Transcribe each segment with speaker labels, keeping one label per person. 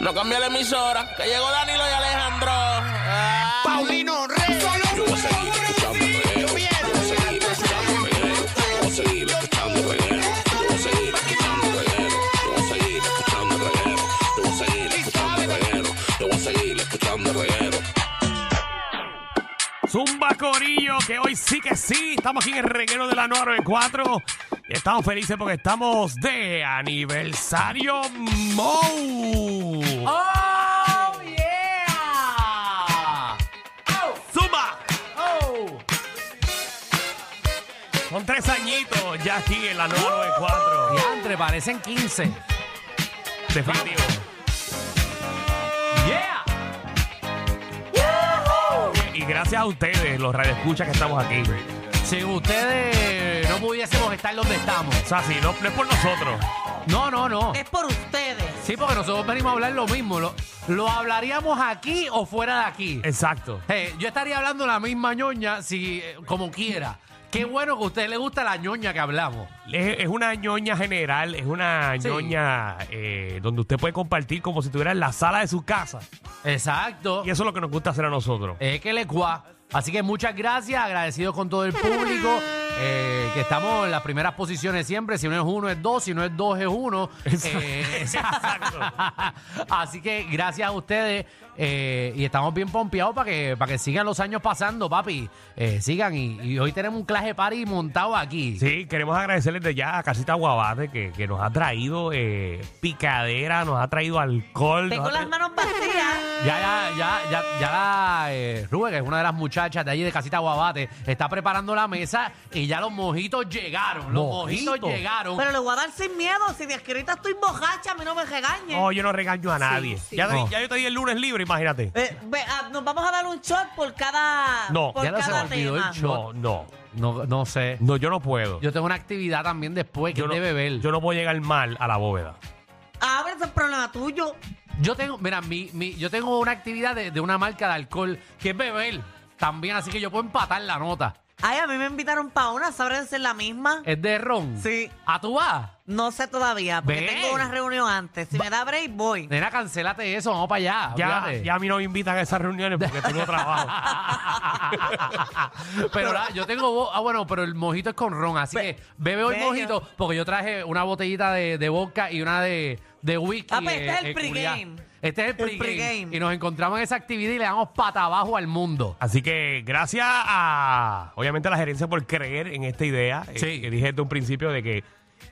Speaker 1: No cambia la emisora, que llegó Danilo y Alejandro. Ah.
Speaker 2: Paulino Rey. Solo un huevo revolvido.
Speaker 3: Zumba Corillo, que hoy sí que sí, estamos aquí en el reguero de la 94. Y estamos felices porque estamos de aniversario Mou.
Speaker 4: ¡Oh, yeah! ¡Oh,
Speaker 3: ¡Zumba!
Speaker 4: oh!
Speaker 3: Con tres añitos ya aquí en la 994.
Speaker 4: Diantre, parecen 15.
Speaker 3: Definitivo.
Speaker 4: ¡Yeah!
Speaker 3: Y gracias a ustedes, los radioescuchas que estamos aquí.
Speaker 4: Si ustedes no pudiésemos estar donde estamos.
Speaker 3: O sea, si no, no es por nosotros.
Speaker 4: No, no, no.
Speaker 5: Es por ustedes.
Speaker 4: Sí, porque nosotros venimos a hablar lo mismo. Lo, lo hablaríamos aquí o fuera de aquí.
Speaker 3: Exacto.
Speaker 4: Eh, yo estaría hablando la misma ñoña, si, eh, como quiera. Qué bueno que a usted le gusta la ñoña que hablamos.
Speaker 3: Es, es una ñoña general, es una
Speaker 4: Sí.
Speaker 3: ñoña eh, donde usted puede compartir como si estuviera en la sala de su casa.
Speaker 4: Exacto.
Speaker 3: Y eso es lo que nos gusta hacer a nosotros.
Speaker 4: Es que le cuá. Así que muchas gracias, agradecidos con todo el público, eh, que estamos en las primeras posiciones siempre. Si no es uno, es dos, si no es dos, es uno. Eh,
Speaker 3: Exacto.
Speaker 4: Así que gracias a ustedes eh, y estamos bien pompeados para que, para que sigan los años pasando, papi. Eh, sigan y, y hoy tenemos un clase party montado aquí.
Speaker 3: Sí, queremos agradecerles de ya a Casita Guabate que, que nos ha traído eh, picadera, nos ha traído alcohol. nos
Speaker 5: Tengo
Speaker 3: ha
Speaker 5: las
Speaker 3: traído-
Speaker 5: manos vacías.
Speaker 4: Ya, ya, ya, ya, ya, eh, Rubén, que es una de las muchachas de allí de Casita Guabate, está preparando la mesa y ya los mojitos llegaron. Los mojitos
Speaker 3: Mojitos.
Speaker 4: llegaron.
Speaker 5: Pero le voy a dar sin miedo. Si de ahorita estoy bojacha, a mí no me regañen.
Speaker 3: No, yo no regaño a nadie.
Speaker 5: sí.
Speaker 3: Ya, te-
Speaker 4: No.
Speaker 3: ya yo te di el lunes libre, imagínate.
Speaker 5: Eh, ve, ah, nos vamos a dar un shot por cada.
Speaker 3: No,
Speaker 5: por
Speaker 4: ya no se
Speaker 5: cada
Speaker 4: me olvidó
Speaker 5: tema.
Speaker 4: el shot.
Speaker 3: No, no,
Speaker 4: No, no sé.
Speaker 3: no, yo no puedo.
Speaker 4: Yo tengo una actividad también después que
Speaker 3: Yo
Speaker 4: es
Speaker 3: no,
Speaker 4: de beber.
Speaker 3: yo no puedo llegar mal a la bóveda.
Speaker 5: Ah, pero ese es el problema tuyo.
Speaker 4: Yo tengo, mira, mi, mi- yo tengo una actividad de, de una marca de alcohol que es beber también, así que yo puedo empatar la nota.
Speaker 5: Ay, a mí me invitaron para una. ¿Sabrás ser la misma?
Speaker 4: Es de ron.
Speaker 5: Sí.
Speaker 4: ¿A tú vas?
Speaker 5: No sé todavía, porque
Speaker 4: Ven.
Speaker 5: tengo una reunión antes. Si me da break, voy.
Speaker 4: Nena, cancélate eso, vamos para allá.
Speaker 3: Ya,
Speaker 4: olvídate.
Speaker 3: ya a mí no me invitan a esas reuniones porque tengo trabajo.
Speaker 4: pero la- yo tengo, vo- ah, bueno, pero el mojito es con ron, así
Speaker 5: Ve-
Speaker 4: que bebe el
Speaker 5: bello.
Speaker 4: mojito porque yo traje una botellita de, de vodka y una de, de whisky.
Speaker 5: Ah, pues, este
Speaker 4: eh,
Speaker 5: es el
Speaker 4: eh,
Speaker 5: pregame.
Speaker 4: culiá. Este es el pregame.
Speaker 5: pregame.
Speaker 4: y nos encontramos en esa actividad y le damos pata abajo al mundo.
Speaker 3: Así que gracias a, obviamente, a la gerencia por creer en esta idea. eh,
Speaker 4: Sí.
Speaker 3: que dije desde un principio de que,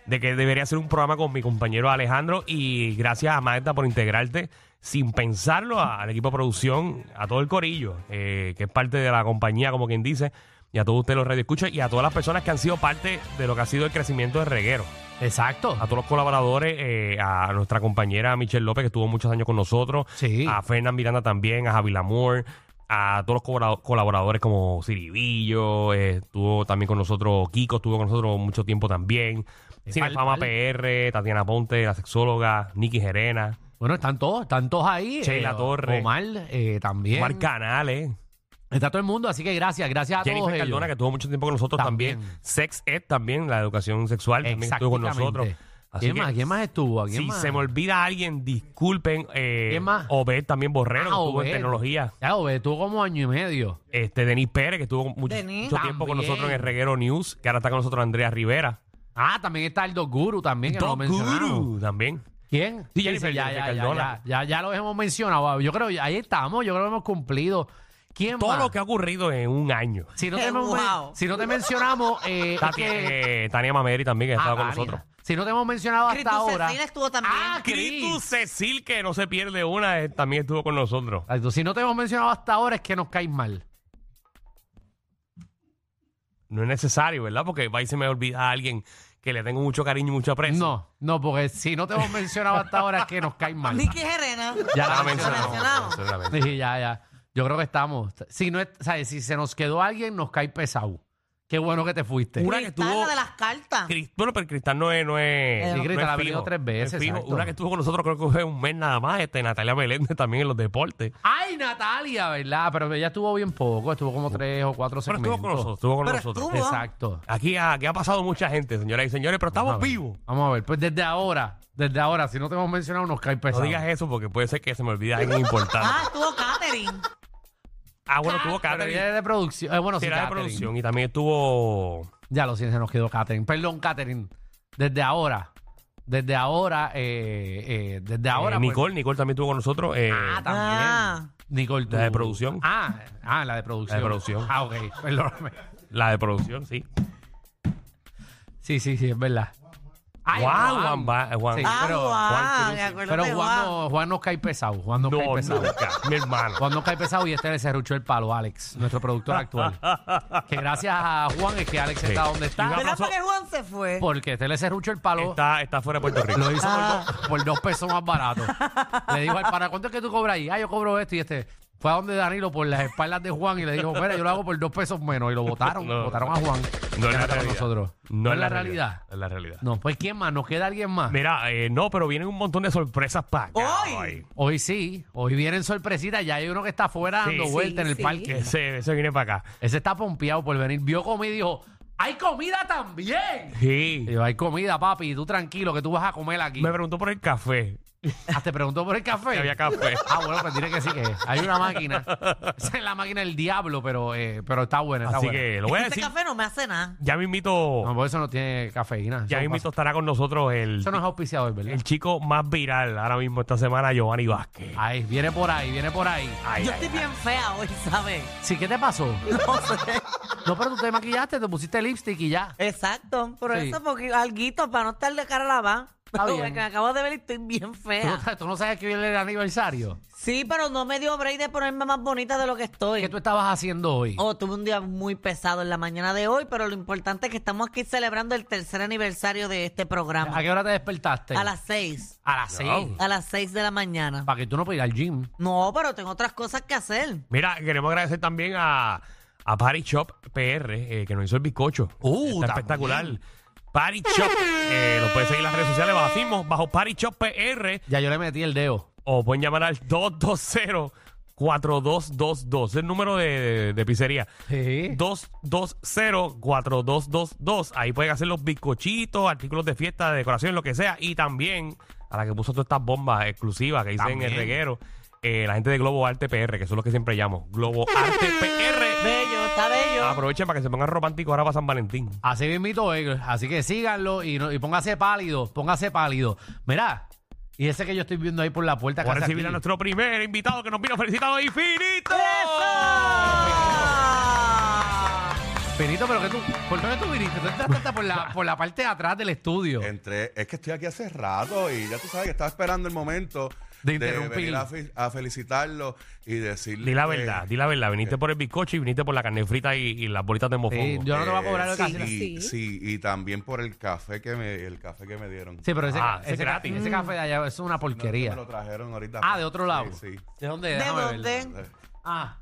Speaker 3: de que debería hacer un programa con mi compañero Alejandro. Y gracias a Magda por integrarte sin pensarlo a- al equipo de producción, a todo el corillo, eh, que es parte de la compañía, como quien dice, y a todos ustedes los radioescuchas y a todas las personas que han sido parte de lo que ha sido el crecimiento de Reguero.
Speaker 4: Exacto.
Speaker 3: a todos los colaboradores, eh, a nuestra compañera Michelle López, que estuvo muchos años con nosotros,
Speaker 4: Sí.
Speaker 3: a Fernán Miranda también, a Javi Lamour, a todos los cobra- colaboradores como Ciribillo, eh, estuvo también con nosotros Kiko, estuvo con nosotros mucho tiempo también, Cinefama
Speaker 4: Eh, pal.
Speaker 3: PR, Tatiana Ponte, la sexóloga, Nikki Gerena,
Speaker 4: Bueno, están todos, están todos ahí.
Speaker 3: Sheila Torres.
Speaker 4: Omar eh, también.
Speaker 3: Omar Canales,
Speaker 4: Está todo el mundo, así que gracias, gracias a
Speaker 3: Jennifer
Speaker 4: todos ellos.
Speaker 3: Cardona, que estuvo mucho tiempo con nosotros también,
Speaker 4: También.
Speaker 3: Sex Ed también, la educación sexual, también estuvo con nosotros.
Speaker 4: Exactamente.
Speaker 3: Así
Speaker 4: ¿Quién
Speaker 3: que-
Speaker 4: más? ¿Quién más estuvo? ¿Quién
Speaker 3: Si
Speaker 4: más?
Speaker 3: se me olvida alguien, disculpen. Eh,
Speaker 4: ¿Quién más?
Speaker 3: Obed también Borrero, que
Speaker 4: Ah,
Speaker 3: estuvo en
Speaker 4: Obed.
Speaker 3: tecnología.
Speaker 4: Ya, Obed, estuvo como año y medio.
Speaker 3: Este, Denis Pérez, que estuvo mucho,
Speaker 5: Denis.
Speaker 3: mucho tiempo con
Speaker 4: También.
Speaker 3: nosotros en el Reguero News, que ahora está con nosotros Andrea Rivera.
Speaker 4: Ah, también está el Doc Guru también, que no lo
Speaker 3: Doc
Speaker 4: mencionamos.
Speaker 3: Guru también.
Speaker 4: ¿Quién?
Speaker 3: Sí, Jennifer,
Speaker 4: ya,
Speaker 3: Jennifer
Speaker 4: ya, ya,
Speaker 3: Cardona.
Speaker 4: ya, ya, ya los hemos mencionado. Yo creo, ahí estamos, yo creo que hemos cumplido. ¿Quién
Speaker 3: Todo
Speaker 4: más?
Speaker 3: lo que ha ocurrido en un año.
Speaker 4: Si no te, hemos-
Speaker 5: Wow.
Speaker 4: si no te mencionamos... Eh, es
Speaker 3: Tati-
Speaker 4: que-
Speaker 3: eh, Tania Mameri también, que ha estado
Speaker 4: Ah,
Speaker 3: con
Speaker 4: Dani,
Speaker 3: nosotros.
Speaker 4: Si no te hemos mencionado hasta
Speaker 5: Cristo
Speaker 4: ahora...
Speaker 5: Cecil estuvo también.
Speaker 4: Ah, Cris.
Speaker 3: Cristo Cecil, que no se pierde una, eh, también estuvo con nosotros.
Speaker 4: Exacto, Si no te hemos mencionado hasta ahora es que nos caes mal.
Speaker 3: No es necesario, ¿verdad? Porque va y se me olvida a alguien que le tengo mucho cariño y mucho aprecio.
Speaker 4: No, no, porque si no te hemos mencionado hasta ahora es que nos caes mal.
Speaker 5: Nicky Gerena.
Speaker 4: Ya
Speaker 3: Ya
Speaker 4: la
Speaker 3: la
Speaker 4: mencionamos.
Speaker 3: Ah, mencionamos.
Speaker 5: mencionamos.
Speaker 4: Sí, ya, ya. Yo creo que estamos. Si no, es- ¿sabes? si se nos quedó alguien, nos cae pesado. Qué bueno que te fuiste.
Speaker 3: Una que
Speaker 5: Cristal,
Speaker 3: estuvo-
Speaker 5: la de las
Speaker 4: Ah.
Speaker 5: cartas.
Speaker 3: Cris- Bueno, pero Cristal no es. No es
Speaker 5: Sí,
Speaker 3: no
Speaker 4: Cristal
Speaker 3: es
Speaker 4: ha venido
Speaker 3: fijo,
Speaker 4: tres
Speaker 3: no es
Speaker 4: veces,
Speaker 3: fijo.
Speaker 4: exacto.
Speaker 3: Una que estuvo con nosotros creo que fue un mes nada más. Este, Natalia Meléndez también en los deportes.
Speaker 4: Ay, Natalia, ¿verdad? Pero ella estuvo bien poco, estuvo como tres o cuatro
Speaker 3: Pero
Speaker 4: segmentos.
Speaker 3: estuvo con nosotros. Estuvo con
Speaker 5: Pero
Speaker 3: nosotros.
Speaker 5: estuvo.
Speaker 4: Exacto.
Speaker 3: Aquí ha, aquí ha pasado mucha gente, señoras y señores, pero
Speaker 4: Vamos a
Speaker 3: estamos
Speaker 4: ver.
Speaker 3: vivos.
Speaker 4: Vamos a ver, pues desde ahora, desde ahora, si no te hemos mencionado, nos cae
Speaker 3: No
Speaker 4: pesado.
Speaker 3: digas eso porque puede ser que se me olvide alguien
Speaker 5: Ah,
Speaker 3: importante.
Speaker 5: estuvo Katherine.
Speaker 3: Ah, bueno, tuvo
Speaker 4: Pero
Speaker 3: Catherine.
Speaker 4: ella es de producción. Eh, bueno, sí,
Speaker 3: Era de
Speaker 4: Catherine.
Speaker 3: producción y también estuvo.
Speaker 4: Ya lo siento, se nos quedó Catherine. Perdón, Catherine. Desde ahora, desde ahora, eh, eh, desde ahora.
Speaker 3: eh,
Speaker 4: pues-
Speaker 3: Nicole, Nicole también estuvo con nosotros. eh,
Speaker 4: ah, también.
Speaker 5: Ah.
Speaker 4: Nicole, tú-
Speaker 3: La de producción.
Speaker 4: Ah, ah, la de producción.
Speaker 3: La de producción.
Speaker 4: Ah, ok, perdóname.
Speaker 3: la de producción, sí.
Speaker 4: Sí, sí, sí, es verdad. Ay,
Speaker 3: Guau, Juan Ba- Juan-
Speaker 4: Sí,
Speaker 5: Ah,
Speaker 4: pero,
Speaker 5: Juan,
Speaker 3: Cruz,
Speaker 5: me acuerdo
Speaker 4: pero
Speaker 5: de
Speaker 4: Juan,
Speaker 5: Juan.
Speaker 4: no, Juan no cae pesado. Juan no,
Speaker 3: No,
Speaker 4: cae pesado.
Speaker 3: nunca, mi hermano.
Speaker 4: Juan no cae pesado y este le cerruchó el palo, Alex, nuestro productor actual. que gracias a Juan es que Alex
Speaker 3: Sí.
Speaker 4: está donde
Speaker 3: Y un
Speaker 4: está.
Speaker 5: ¿Verdad
Speaker 3: aplauso-
Speaker 5: porque Juan se fue?
Speaker 4: Porque este le cerruchó el palo.
Speaker 3: Está, está fuera de Puerto Rico.
Speaker 4: Lo hizo por, dos, por dos pesos más barato. Le dijo al pana, ¿cuánto es que tú cobras ahí? Ah, yo cobro esto y este. Fue a donde Danilo por las espaldas de Juan y le dijo, mira, yo lo hago por dos pesos menos. Y lo votaron,
Speaker 3: No.
Speaker 4: votaron a Juan.
Speaker 3: No es
Speaker 4: Ya
Speaker 3: la
Speaker 4: está con
Speaker 3: realidad.
Speaker 4: nosotros.
Speaker 3: No es la realidad. No es la realidad.
Speaker 4: No, pues ¿quién más? ¿Nos queda alguien más?
Speaker 3: Mira, eh, no, pero vienen un montón de sorpresas para acá.
Speaker 5: ¡Ay!
Speaker 3: hoy.
Speaker 4: Hoy sí, hoy vienen sorpresitas. Ya hay uno que está afuera
Speaker 3: Sí.
Speaker 4: dando
Speaker 3: Sí,
Speaker 4: vuelta en el
Speaker 5: sí.
Speaker 4: parque.
Speaker 3: Ese, ese viene para acá.
Speaker 4: Ese está pompeado por venir. Vio comida y dijo, ¡hay comida también!
Speaker 3: Sí.
Speaker 4: Y yo, hay comida, papi. Tú tranquilo, que tú vas a comer aquí.
Speaker 3: Me preguntó por el café.
Speaker 4: Ah, te preguntó por el café.
Speaker 3: Que había café.
Speaker 4: Ah, bueno, pues tiene que sí que es. hay una máquina. Esa es la máquina del diablo, pero, eh, pero está buena, está
Speaker 3: Así
Speaker 4: buena.
Speaker 3: que lo voy a
Speaker 5: Este
Speaker 3: decir.
Speaker 5: café no me hace nada.
Speaker 3: Ya me
Speaker 4: No,
Speaker 3: invito.
Speaker 4: por eso no tiene
Speaker 3: Ya me
Speaker 4: cafeína. eso, no pasa.
Speaker 3: invito estará con nosotros el,
Speaker 4: Eso no es auspiciador, ¿verdad?
Speaker 3: el chico más viral ahora mismo esta semana, Giovanni Vázquez.
Speaker 4: Ay, viene por ahí, viene por ahí.
Speaker 3: Ay,
Speaker 5: Yo
Speaker 3: ay,
Speaker 5: estoy bien fea hoy, ¿sabes?
Speaker 4: Sí, ¿qué te pasó?
Speaker 5: No sé.
Speaker 4: No, pero tú te maquillaste, te pusiste lipstick y ya.
Speaker 5: Exacto, por
Speaker 4: Sí.
Speaker 5: eso, porque alguito, para no estar de cara lavada.
Speaker 4: Está
Speaker 5: Porque
Speaker 4: bien.
Speaker 5: me acabo de ver y estoy bien
Speaker 4: ¿Tú no,
Speaker 5: fea.
Speaker 4: sabes- tú no sabes que hoy es el aniversario.
Speaker 5: Sí, pero no me dio break de ponerme más bonita de lo que estoy.
Speaker 4: ¿Qué tú estabas haciendo hoy?
Speaker 5: Oh, tuve un día muy pesado en la mañana de hoy, pero lo importante es que estamos aquí celebrando el tercer aniversario de este
Speaker 4: ¿A
Speaker 5: programa.
Speaker 4: qué hora te despertaste?
Speaker 5: A las seis.
Speaker 4: A las seis.
Speaker 5: A las seis de la mañana.
Speaker 4: Para que tú no puedas ir al gym.
Speaker 5: No, pero tengo otras cosas que hacer.
Speaker 3: Mira, queremos agradecer también a, a Party Shop PR, eh, que nos hizo el bizcocho. Está
Speaker 4: Uh, también.
Speaker 3: espectacular. Party Shop. eh, lo pueden seguir en las redes sociales bajo, así mismo, bajo Party Shop PR
Speaker 4: Ya yo le metí el dedo.
Speaker 3: o pueden llamar al 220-4222. Es el número de, de- de pizzería.
Speaker 4: Sí.
Speaker 3: 220-4222. Ahí pueden hacer los bizcochitos, artículos de fiesta, de decoración, lo que sea. Y también a la que puso todas estas bombas exclusivas que dicen
Speaker 4: También.
Speaker 3: el reguero. eh, la gente de Globo Arte PR, que son los que siempre llamo. Globo Arte PR.
Speaker 5: Bello, está bello.
Speaker 3: Aprovechen para que se pongan románticos ahora para San Valentín.
Speaker 4: Así mismito es. Así que síganlo y, no- y póngase pálido, póngase pálido. Mirá, y ese que yo estoy viendo ahí por la puerta
Speaker 3: Vamos a
Speaker 4: casi
Speaker 3: recibir
Speaker 4: aquí.
Speaker 3: a nuestro primer invitado que nos vino felicitado infinito.
Speaker 4: Benito, pero que tú, ¿por dónde tú viniste? Tú entraste hasta por la, por la parte de atrás del estudio.
Speaker 2: Entré, es que estoy aquí hace rato y ya tú sabes que estaba esperando el momento
Speaker 4: De interrumpir.
Speaker 2: venir a, fe- a felicitarlo y decirle.
Speaker 3: Di la
Speaker 2: que-
Speaker 3: verdad, di la verdad. Viniste por el bizcocho y viniste por la carne frita y, y las bolitas de mofongo.
Speaker 4: Sí, yo no te voy a cobrar
Speaker 2: Eh,
Speaker 4: lo casi. Sí,
Speaker 2: sí, sí, y también por el café que me, el café que me dieron.
Speaker 4: pero ese,
Speaker 3: Ah, ese
Speaker 4: ese,
Speaker 3: gratis.
Speaker 4: ese café de allá es una porquería.
Speaker 2: Me lo trajeron ahorita.
Speaker 4: Ah, de otro lado.
Speaker 2: Sí, Eh, sí.
Speaker 4: ¿De dónde?
Speaker 5: ¿De
Speaker 4: Déjame
Speaker 5: dónde?
Speaker 4: verlo. Ah.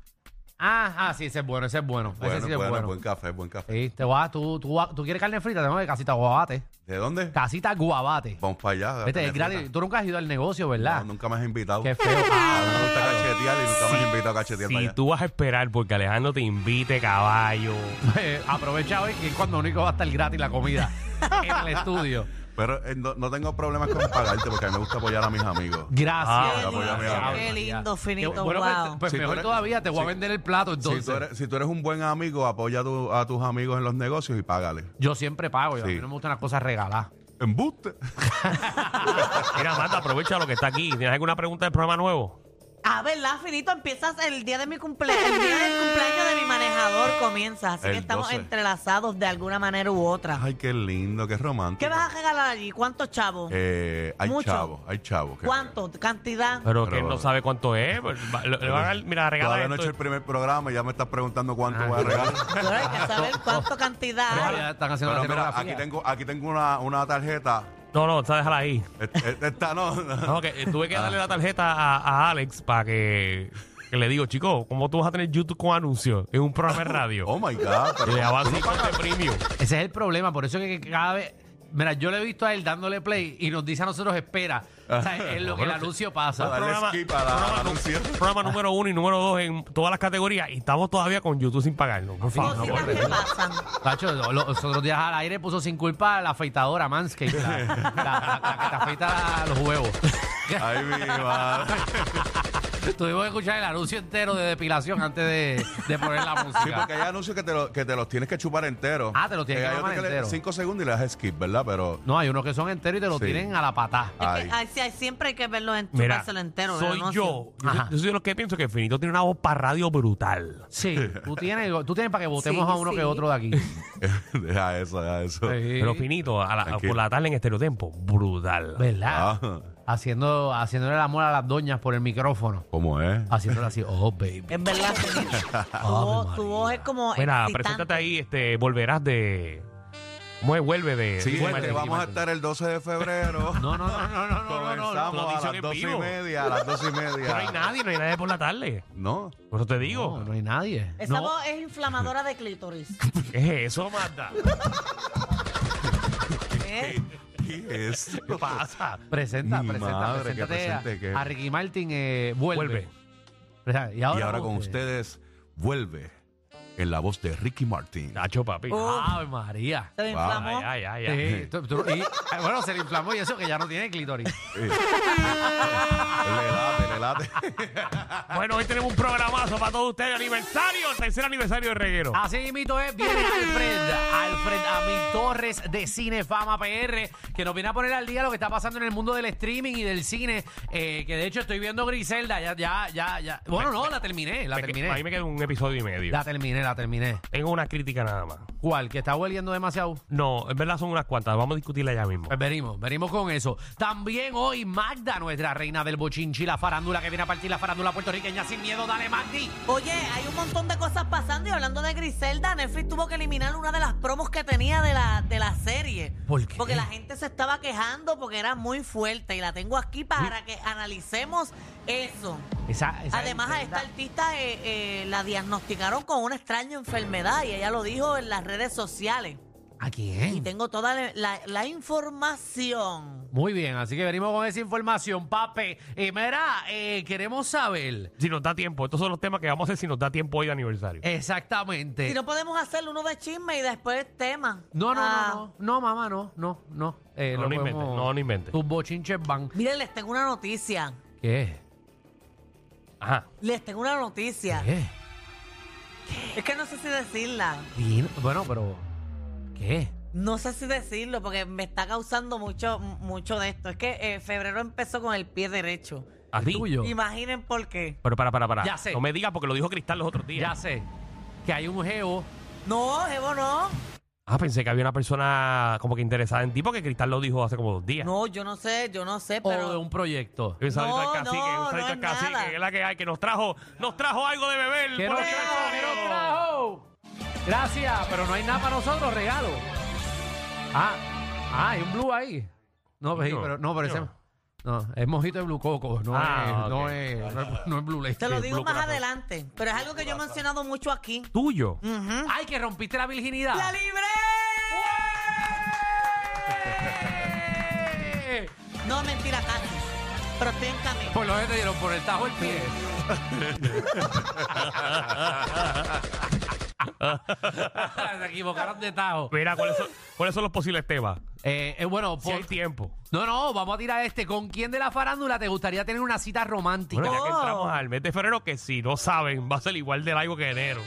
Speaker 4: ah, ah, sí, ese es bueno, ese es bueno. ese
Speaker 2: Bueno,
Speaker 4: sí es
Speaker 2: bueno,
Speaker 4: bueno.
Speaker 2: buen café, buen café.
Speaker 4: Sí, te vas, tú, tú, vas- tú quieres carne frita, tenemos de casita guabate.
Speaker 2: ¿De dónde?
Speaker 4: Casita guabate.
Speaker 2: Vamos para allá.
Speaker 4: Vete, es
Speaker 2: Carne
Speaker 4: gratis.
Speaker 2: frita.
Speaker 4: Tú nunca has ido al negocio, ¿verdad?
Speaker 2: No, nunca me has invitado.
Speaker 4: Qué
Speaker 2: A
Speaker 4: feo.
Speaker 2: mí me gusta cachetear y nunca me has invitado a cachetear para
Speaker 3: Si
Speaker 2: allá.
Speaker 3: tú vas a esperar porque Alejandro te invite, caballo.
Speaker 4: Eh, aprovecha hoy que es cuando único va a estar gratis la comida en el estudio.
Speaker 2: Pero eh, no, no tengo problemas con pagarte porque a mí me gusta apoyar a mis amigos.
Speaker 4: Gracias.
Speaker 3: Ah,
Speaker 2: la voy a mirar.
Speaker 5: Qué lindo, finito,
Speaker 4: Qué bueno, pues,
Speaker 5: wow.
Speaker 4: pues
Speaker 2: Si tú
Speaker 4: mejor
Speaker 2: eres-
Speaker 4: todavía te voy a
Speaker 2: si-
Speaker 4: vender el plato entonces.
Speaker 2: Si tú, eres, si tú eres un buen amigo, apoya a, tu- a tus amigos en los negocios y págale.
Speaker 4: Yo siempre pago, yo- a mí
Speaker 2: Sí.
Speaker 4: no me gustan las cosas regaladas.
Speaker 2: Embuste.
Speaker 3: Mira, Marta, aprovecha lo que está aquí. ¿Tienes alguna pregunta del programa nuevo?
Speaker 5: Ah, ¿verdad, Finito? Empiezas el día de mi cumpleaños, el día del cumpleaños de mi manejador comienza, así
Speaker 2: El
Speaker 5: que estamos
Speaker 2: 12.
Speaker 5: entrelazados de alguna manera u
Speaker 3: Ah.
Speaker 5: otra.
Speaker 2: Ay, qué lindo, qué romántico.
Speaker 5: ¿Qué vas a regalar allí? ¿Cuántos chavos?
Speaker 2: Eh, hay
Speaker 5: Mucho.
Speaker 2: chavos, hay chavos. que-
Speaker 5: ¿Cuánto? ¿Cantidad?
Speaker 3: Pero,
Speaker 2: Pero-
Speaker 3: que él no sabe cuánto es. pues, va- le- le van a- mira, regala
Speaker 2: Todavía no he hecho
Speaker 3: esto.
Speaker 2: el primer programa y ya me estás preguntando cuánto
Speaker 4: Ah.
Speaker 2: voy a regalar.
Speaker 5: Pero hay que saber cuánto cantidad. hay.
Speaker 4: Ya están haciendo
Speaker 2: Pero
Speaker 4: la
Speaker 2: mira,
Speaker 4: escenografía.
Speaker 2: aquí tengo, aquí tengo una, una tarjeta.
Speaker 3: No, no, está déjala ahí.
Speaker 2: Est- est- Esta no. Ah.
Speaker 3: No, que eh, tuve que darle la tarjeta a, a Alex para que que le digo, chico, ¿cómo tú vas a tener YouTube con anuncios? Es un programa de radio.
Speaker 2: Oh my God.
Speaker 3: Y
Speaker 2: pero-
Speaker 3: le daba así corte premium.
Speaker 4: Ese es el problema, por eso que que cada vez. Mira, yo le he visto a él dándole play y nos dice a nosotros espera. O sea, es lo que el anuncio
Speaker 2: Para
Speaker 4: pasa.
Speaker 2: darle
Speaker 3: programa-
Speaker 2: skip a la- al anuncio.
Speaker 3: Programa número uno y número dos en todas las categorías. Y estamos todavía con YouTube sin pagarlo. Por favor.
Speaker 5: Cositas que pasan.
Speaker 4: Tacho, lo- los otros días al aire puso sin culpa a la afeitadora Manscaped, la, la- la- la que te afeita los huevos.
Speaker 2: Ay, mi madre.
Speaker 4: Tuvimos que escuchar el anuncio entero de depilación antes de, de poner la música.
Speaker 2: Sí, porque hay anuncios que te, lo- que te los tienes que chupar entero.
Speaker 4: Ah, te los tienes que chupar entero.
Speaker 2: 5 segundos y le das skip, ¿verdad? Pero.
Speaker 4: No, hay unos que son enteros y te lo
Speaker 2: Sí.
Speaker 4: tienen a la patada.
Speaker 5: Es
Speaker 2: Ay.
Speaker 5: que, ay, sí, hay- siempre hay que verlo en,
Speaker 3: Mira,
Speaker 5: chupárselo entero. ¿verdad?
Speaker 3: soy
Speaker 5: No,
Speaker 3: yo. Yo soy,
Speaker 4: Ajá.
Speaker 3: yo soy de los que pienso que Finito tiene una voz para radio brutal.
Speaker 4: Sí, tú tienes, tú tienes para que votemos
Speaker 5: Sí,
Speaker 4: a uno
Speaker 5: sí.
Speaker 4: que otro de aquí.
Speaker 2: deja eso, deja eso.
Speaker 3: Pero Finito, a la-
Speaker 2: Tranquilo.
Speaker 3: por la tarde en Estereotempo, brutal.
Speaker 4: ¿Verdad?
Speaker 2: Ah,
Speaker 4: Haciendo, haciéndole el amor a las doñas por el micrófono.
Speaker 2: ¿Cómo es?
Speaker 4: Haciéndole así, oh, baby.
Speaker 5: Es verdad. tu, voz, tu voz es como.
Speaker 3: Mira,
Speaker 5: excitante.
Speaker 3: preséntate ahí, este, volverás de... ¿Cómo es? Vuelve de...
Speaker 2: Sí,
Speaker 3: Ricky
Speaker 2: este,
Speaker 3: Martin, Ricky
Speaker 2: vamos a
Speaker 3: Martin.
Speaker 2: estar el 12 de febrero.
Speaker 4: No, no, no, no, no, no, no, no.
Speaker 2: Comenzamos
Speaker 3: no,
Speaker 2: a
Speaker 3: transmisión
Speaker 2: las
Speaker 3: en
Speaker 2: 12 y
Speaker 3: vivo.
Speaker 2: media, a las 12 y
Speaker 3: No hay
Speaker 2: media.
Speaker 3: nadie, no hay nadie por la tarde.
Speaker 2: No,
Speaker 3: Por eso te
Speaker 4: No,
Speaker 3: digo.
Speaker 4: no hay nadie.
Speaker 5: Esa
Speaker 4: No,
Speaker 5: voz es inflamadora de clítoris.
Speaker 3: ¿Qué es eso, Marta?
Speaker 5: ¿eh?
Speaker 2: ¿qué es?
Speaker 3: ¿Qué pasa?
Speaker 4: presenta,
Speaker 2: Mi
Speaker 4: presenta,
Speaker 2: madre, que
Speaker 4: preséntate
Speaker 2: presente, que-
Speaker 4: a, a Ricky Martin, eh, vuelve.
Speaker 3: Vuelve.
Speaker 4: Y
Speaker 2: Y ahora con ustedes vuelve en la voz de Ricky Martin.
Speaker 3: Nacho, papi.
Speaker 5: Oh,
Speaker 3: Ah,
Speaker 4: Ave María.
Speaker 5: Se le
Speaker 2: Wow.
Speaker 5: inflamó.
Speaker 3: Ay, ay, ay, ay.
Speaker 4: Sí, tú- tú- y, eh, bueno, se le inflamó y eso que ya no tiene clítoris.
Speaker 2: Sí. le late, le late.
Speaker 3: Bueno, hoy tenemos un programazo para todos ustedes. Aniversario, el tercer aniversario de Reguero.
Speaker 5: Ah,
Speaker 4: Así mismo es, viene Alfred, Alfred Amil Torres de Cinefama PR, que nos viene a poner al día lo que está pasando en el mundo del streaming y del cine, eh, que de hecho estoy viendo Griselda, ya, ya, ya, ya. Bueno, no, la terminé, la
Speaker 3: Me- Ahí
Speaker 4: terminé.
Speaker 3: me queda un episodio y medio.
Speaker 4: La terminé, la terminé.
Speaker 3: Tengo una crítica nada más.
Speaker 4: ¿Cuál? Que está hueliendo demasiado.
Speaker 3: No, en verdad son unas cuantas. Vamos a discutirla ya mismo.
Speaker 4: Pues venimos, venimos con eso. También hoy Magda, nuestra reina del bochinchi, la farándula que viene a partir la farándula puertorriqueña sin miedo. Dale, Magdi.
Speaker 5: Oye, hay un montón de cosas pasando y hablando de Griselda, Netflix tuvo que eliminar una de las promos que tenía de la, de la serie.
Speaker 4: ¿Por qué?
Speaker 5: Porque la gente se estaba quejando porque era muy fuerte y la tengo aquí para que analicemos eso.
Speaker 4: Esa- esa
Speaker 5: Además, a esta
Speaker 4: Griselda-
Speaker 5: artista eh, eh, la diagnosticaron con una extraña enfermedad y ella lo dijo en las redes sociales.
Speaker 4: ¿A quién?
Speaker 5: Y tengo toda la- la- la información.
Speaker 4: Muy bien, así que venimos con esa información, pape. Y mira, eh, queremos saber
Speaker 3: Si nos da tiempo. Estos son los temas que vamos a hacer si nos da tiempo hoy de aniversario.
Speaker 4: Eh.
Speaker 5: Si
Speaker 4: exactamente.
Speaker 5: no podemos hacer uno de chisme y después tema.
Speaker 4: Eh. No, no,
Speaker 5: Ah,
Speaker 4: no, no, no, mamá, no, no, no. Eh,
Speaker 3: No,
Speaker 4: lo
Speaker 3: no inventes,
Speaker 4: podemos-
Speaker 3: no, no inventes.
Speaker 4: Tus bochinches van.
Speaker 5: Miren, les tengo una noticia.
Speaker 4: ¿Qué?
Speaker 3: Ajá.
Speaker 5: Les tengo una noticia.
Speaker 4: ¿Qué?
Speaker 5: Es que no sé si decirla.
Speaker 4: Dino- Bueno, pero. ¿Qué?
Speaker 5: No sé si decirlo porque me está causando mucho, mucho de esto. Es que eh, febrero empezó con el pie derecho.
Speaker 3: ¿A
Speaker 4: ¿El
Speaker 3: ti?
Speaker 4: tuyo?
Speaker 5: Imaginen por qué.
Speaker 3: Pero para, para, para.
Speaker 4: Ya sé.
Speaker 3: No me digas porque lo dijo Cristal los otros días.
Speaker 4: Ya sé que hay un geo.
Speaker 5: No, Evo, no.
Speaker 3: Ah, pensé que había una persona como que interesada en ti porque Cristal lo dijo hace como dos días.
Speaker 5: No, yo no sé, yo no sé,
Speaker 4: o de
Speaker 5: pero.
Speaker 4: Oh, un proyecto.
Speaker 3: Un saludito
Speaker 5: No,
Speaker 3: al cacique,
Speaker 5: no,
Speaker 3: un
Speaker 5: no
Speaker 3: saludito
Speaker 5: es
Speaker 3: al cacique,
Speaker 5: nada.
Speaker 3: que es la que hay, que nos trajo, nos trajo algo de beber.
Speaker 4: ¿Qué
Speaker 3: Ponle
Speaker 4: nos
Speaker 3: el
Speaker 4: trajo?
Speaker 3: sonido.
Speaker 4: ¿Qué nos trajo? Gracias, pero no hay nada para nosotros, regalo. Ah, ah, hay un blue ahí. No, pues sí,
Speaker 3: Niño,
Speaker 4: pero no, pero ese.
Speaker 3: niño.
Speaker 4: No, es mojito de blue coco, no,
Speaker 3: Ah,
Speaker 4: es, no,
Speaker 3: ok.
Speaker 4: es, no, es, no es blue leche.
Speaker 5: Te lo digo
Speaker 3: Blue
Speaker 5: más
Speaker 3: Corazón.
Speaker 5: adelante. Pero es algo que yo he mencionado mucho aquí.
Speaker 3: Tuyo.
Speaker 5: Ujú.
Speaker 4: Ay, que rompiste la virginidad.
Speaker 5: ¡La libré!
Speaker 4: ¡Eh!
Speaker 5: No, mentira, casi. Pero estoy en camino.
Speaker 4: Por lo que te dieron por el tajo el pie.
Speaker 3: Ah,
Speaker 4: Se equivocaron de tajo.
Speaker 3: Mira, ¿cuáles son, ¿cuáles son los posibles temas?
Speaker 4: Eh, eh, bueno,
Speaker 3: Si hay
Speaker 4: por,
Speaker 3: tiempo.
Speaker 4: No, no, vamos a tirar este. ¿Con quién de la farándula te gustaría tener una cita romántica?
Speaker 3: Bueno, ya que
Speaker 5: Oh.
Speaker 3: entramos al mes de febrero, que si no saben, va a ser igual de largo que enero.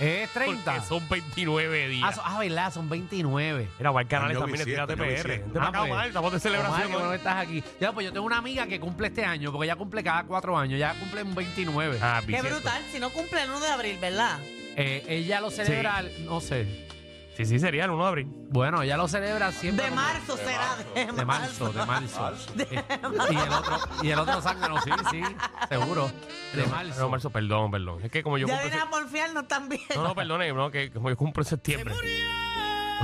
Speaker 4: Eh,
Speaker 3: Porque
Speaker 4: 30.
Speaker 3: son 29
Speaker 4: Ah,
Speaker 3: días.
Speaker 4: so- ah, verdad, son 29.
Speaker 3: Mira, va al canal
Speaker 2: Año
Speaker 3: también,
Speaker 2: 27,
Speaker 3: tírate
Speaker 2: año
Speaker 3: PR.
Speaker 2: 27.
Speaker 3: Te va a
Speaker 4: Ah, pues.
Speaker 3: acabar, estamos de
Speaker 4: Omar,
Speaker 3: celebración.
Speaker 4: que bueno
Speaker 3: hoy.
Speaker 4: que estás aquí. Ya, pues yo tengo una amiga que cumple este año, porque ella cumple cada cuatro años, ya cumple un 29.
Speaker 3: Ah,
Speaker 5: Qué
Speaker 3: bisiesto.
Speaker 5: brutal, si no cumple el 1 de abril, ¿verdad?
Speaker 4: Eh, ella lo celebra, no sé.
Speaker 3: Sí, sí, sería el 1 de abril.
Speaker 4: Bueno, ella lo celebra siempre.
Speaker 5: De
Speaker 4: como-
Speaker 5: marzo será, de
Speaker 4: De marzo,
Speaker 5: marzo.
Speaker 4: de marzo. Eh, y el otro, y el otro sangre, no, sí, sí, seguro. De
Speaker 3: No,
Speaker 4: marzo.
Speaker 3: marzo, perdón, perdón. Es que como yo
Speaker 5: Ya
Speaker 3: cumplo
Speaker 5: vienes a porfiarnos también.
Speaker 3: No, no, perdone, no, que como yo cumplo en septiembre.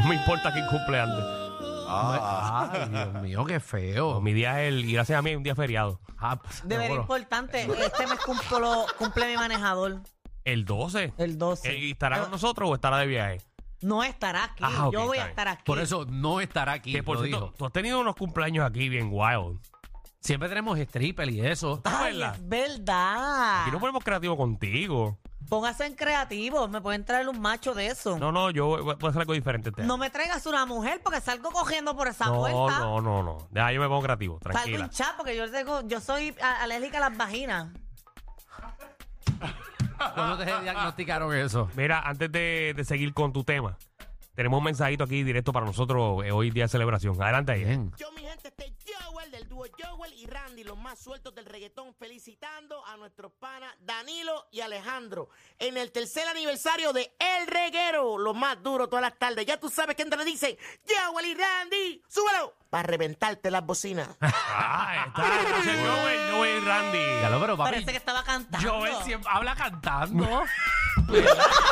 Speaker 3: No me importa quién cumple antes. Pues
Speaker 4: Ay, Dios mío, qué feo.
Speaker 3: Mi día es el, y gracias a mí es un día feriado.
Speaker 4: Ah, pff,
Speaker 5: Deber
Speaker 4: seguro.
Speaker 5: importante. Este mes cumplo, cumple mi manejador,
Speaker 3: El 12.
Speaker 5: el 12.
Speaker 3: Eh, ¿y ¿Estará con nosotros o estará de viaje?
Speaker 5: No estará aquí.
Speaker 3: Ah, ok,
Speaker 5: Yo voy
Speaker 3: está
Speaker 5: a
Speaker 3: bien.
Speaker 5: estar aquí.
Speaker 4: Por eso no estará aquí.
Speaker 3: Que por
Speaker 4: lo
Speaker 3: cierto,
Speaker 4: dijo.
Speaker 3: tú has tenido unos cumpleaños aquí bien wild.
Speaker 4: Siempre tenemos stripper y eso.
Speaker 5: Ay,
Speaker 3: ¿verdad?
Speaker 5: es verdad.
Speaker 4: Ah.
Speaker 3: Aquí no ponemos creativo contigo.
Speaker 5: Póngase en creativos. Me pueden traer un macho de eso. No,
Speaker 3: No, no, yo voy voy a hacer algo diferente. este año.
Speaker 5: me traigas una mujer porque salgo cogiendo por esa
Speaker 3: no,
Speaker 5: puerta.
Speaker 3: no, no, no. Ya, yo me pongo creativo,
Speaker 5: Salgo
Speaker 3: tranquila.
Speaker 5: hinchada porque yo, tengo- yo soy a- alérgica a las vaginas.
Speaker 4: ¿Cuándo te diagnosticaron eso?
Speaker 3: Mira, antes de, de seguir con tu tema, tenemos un mensajito aquí directo para nosotros eh, hoy día de celebración. Adelante ahí.
Speaker 4: Bien.
Speaker 6: Yo, mi gente, este es Joel del dúo Joel y Randy, los más sueltos del reggaetón, felicitando a nuestros panas Danilo y Alejandro en el tercer aniversario de El Reguero, los más duros todas las tardes. Ya tú sabes que entre dicen Joel y Randy, súbelo para reventarte las bocinas.
Speaker 3: Ah, está. Gracias, Joel, Joel
Speaker 4: Ya
Speaker 3: Randy.
Speaker 4: lo, pero papi,
Speaker 5: Parece que estaba cantando.
Speaker 4: Joel siempre habla cantando.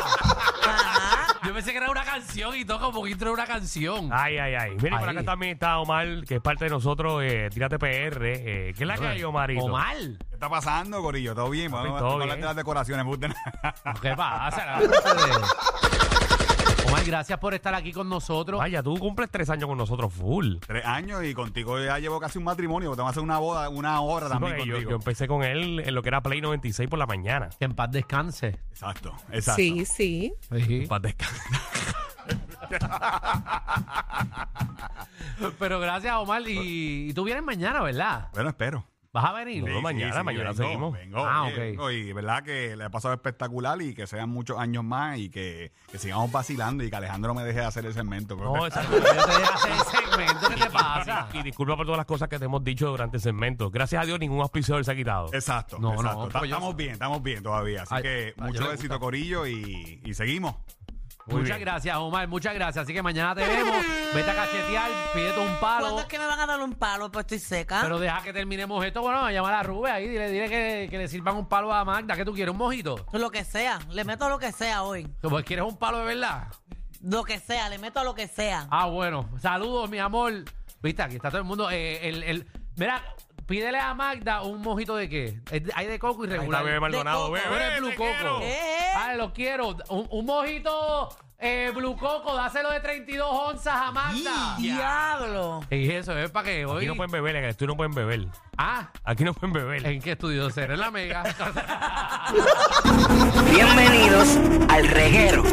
Speaker 5: Ajá.
Speaker 4: Yo pensé que era una canción y toca como intro de una canción.
Speaker 3: Ay, ay, ay. Miren, por
Speaker 4: Ahí.
Speaker 3: acá también está Omar, que es parte de nosotros, eh, Tírate PR. Eh, ¿Qué es la que hay, Omarito?
Speaker 4: O mal.
Speaker 7: ¿Qué está pasando, Corillo? ¿Todo bien?
Speaker 3: Papi,
Speaker 7: Vamos
Speaker 3: todo
Speaker 7: a hablar
Speaker 3: bien.
Speaker 7: de las decoraciones. me gusta.
Speaker 4: ¿Qué pasa? Omar, gracias por estar aquí con nosotros.
Speaker 3: Vaya, tú cumples tres años con nosotros full.
Speaker 7: Tres años y contigo ya llevo casi un matrimonio. Te vamos a hacer una boda, una hora
Speaker 3: Sí,
Speaker 7: también
Speaker 3: porque yo,
Speaker 7: contigo.
Speaker 3: yo empecé con él en lo que era Play 96 por la mañana.
Speaker 4: Que en paz descanse.
Speaker 7: Exacto, exacto.
Speaker 8: Sí, sí.
Speaker 4: Sí.
Speaker 3: Para descansar.
Speaker 4: Pero gracias, Omar. Y, y tú vienes mañana, ¿verdad?
Speaker 7: Bueno, espero.
Speaker 4: ¿Vas a venir?
Speaker 3: Sí. mañana, mañana
Speaker 7: vengo,
Speaker 3: seguimos.
Speaker 7: Vengo,
Speaker 4: Ah,
Speaker 7: oye,
Speaker 4: ok.
Speaker 7: vengo, y verdad que le ha pasado espectacular y que sean muchos años más y que, que sigamos vacilando y que Alejandro me deje de hacer el segmento.
Speaker 3: No, exacto.
Speaker 4: Yo te dejé hacer el segmento. ¿Qué te pasa?
Speaker 3: Y disculpa por todas las cosas que te hemos dicho durante el segmento. Gracias a Dios, ningún auspiciador se ha quitado.
Speaker 7: Exacto,
Speaker 4: No, no,
Speaker 7: exacto.
Speaker 4: pues
Speaker 7: Ta-
Speaker 4: yo-
Speaker 7: estamos bien, estamos bien todavía. Así
Speaker 4: Ay, ay,
Speaker 7: que
Speaker 4: yo le
Speaker 7: mucho
Speaker 4: gusta.
Speaker 7: éxito, Corillo, y, y seguimos.
Speaker 3: Muy
Speaker 4: Muchas
Speaker 3: bien.
Speaker 4: gracias, Omar. Muchas gracias. Así que mañana te vemos. Vete a cachetear, pídete un
Speaker 5: ¿Cuándo
Speaker 4: palo.
Speaker 5: es que me van a dar un palo? Pues estoy seca.
Speaker 4: Pero deja que terminemos esto. Bueno, a llamar a Rubén ahí. Dile, dile que, que le sirvan un palo a Magda. ¿Qué tú quieres? ¿Un mojito?
Speaker 5: Lo que sea. Le meto lo que sea hoy.
Speaker 4: Pues quieres un palo de verdad.
Speaker 5: Lo que sea. Le meto a lo que sea.
Speaker 4: Ah, bueno. Saludos, mi amor. Viste, aquí está todo el mundo. Eh, el, el- mira, pídele a Magda un mojito de qué. Es de- Hay de coco
Speaker 3: Ahí
Speaker 4: irregular.
Speaker 3: está Bebé Maldonado.
Speaker 5: coco,
Speaker 3: Bebé,
Speaker 4: Tú eres Blue
Speaker 3: te
Speaker 4: Coco.
Speaker 3: quiero.
Speaker 5: Eh.
Speaker 4: Ah, lo quiero. Un, un mojito eh, Blue Coco. Dáselo de 32 onzas a Magda.
Speaker 5: ¡Diablo!
Speaker 4: Y eso es para que hoy.
Speaker 3: Aquí no pueden beber, en el estudio no pueden beber.
Speaker 4: Ah,
Speaker 3: Aquí no pueden beber.
Speaker 4: ¿en qué estudio ser? En la mega.
Speaker 9: Bienvenidos al reguero.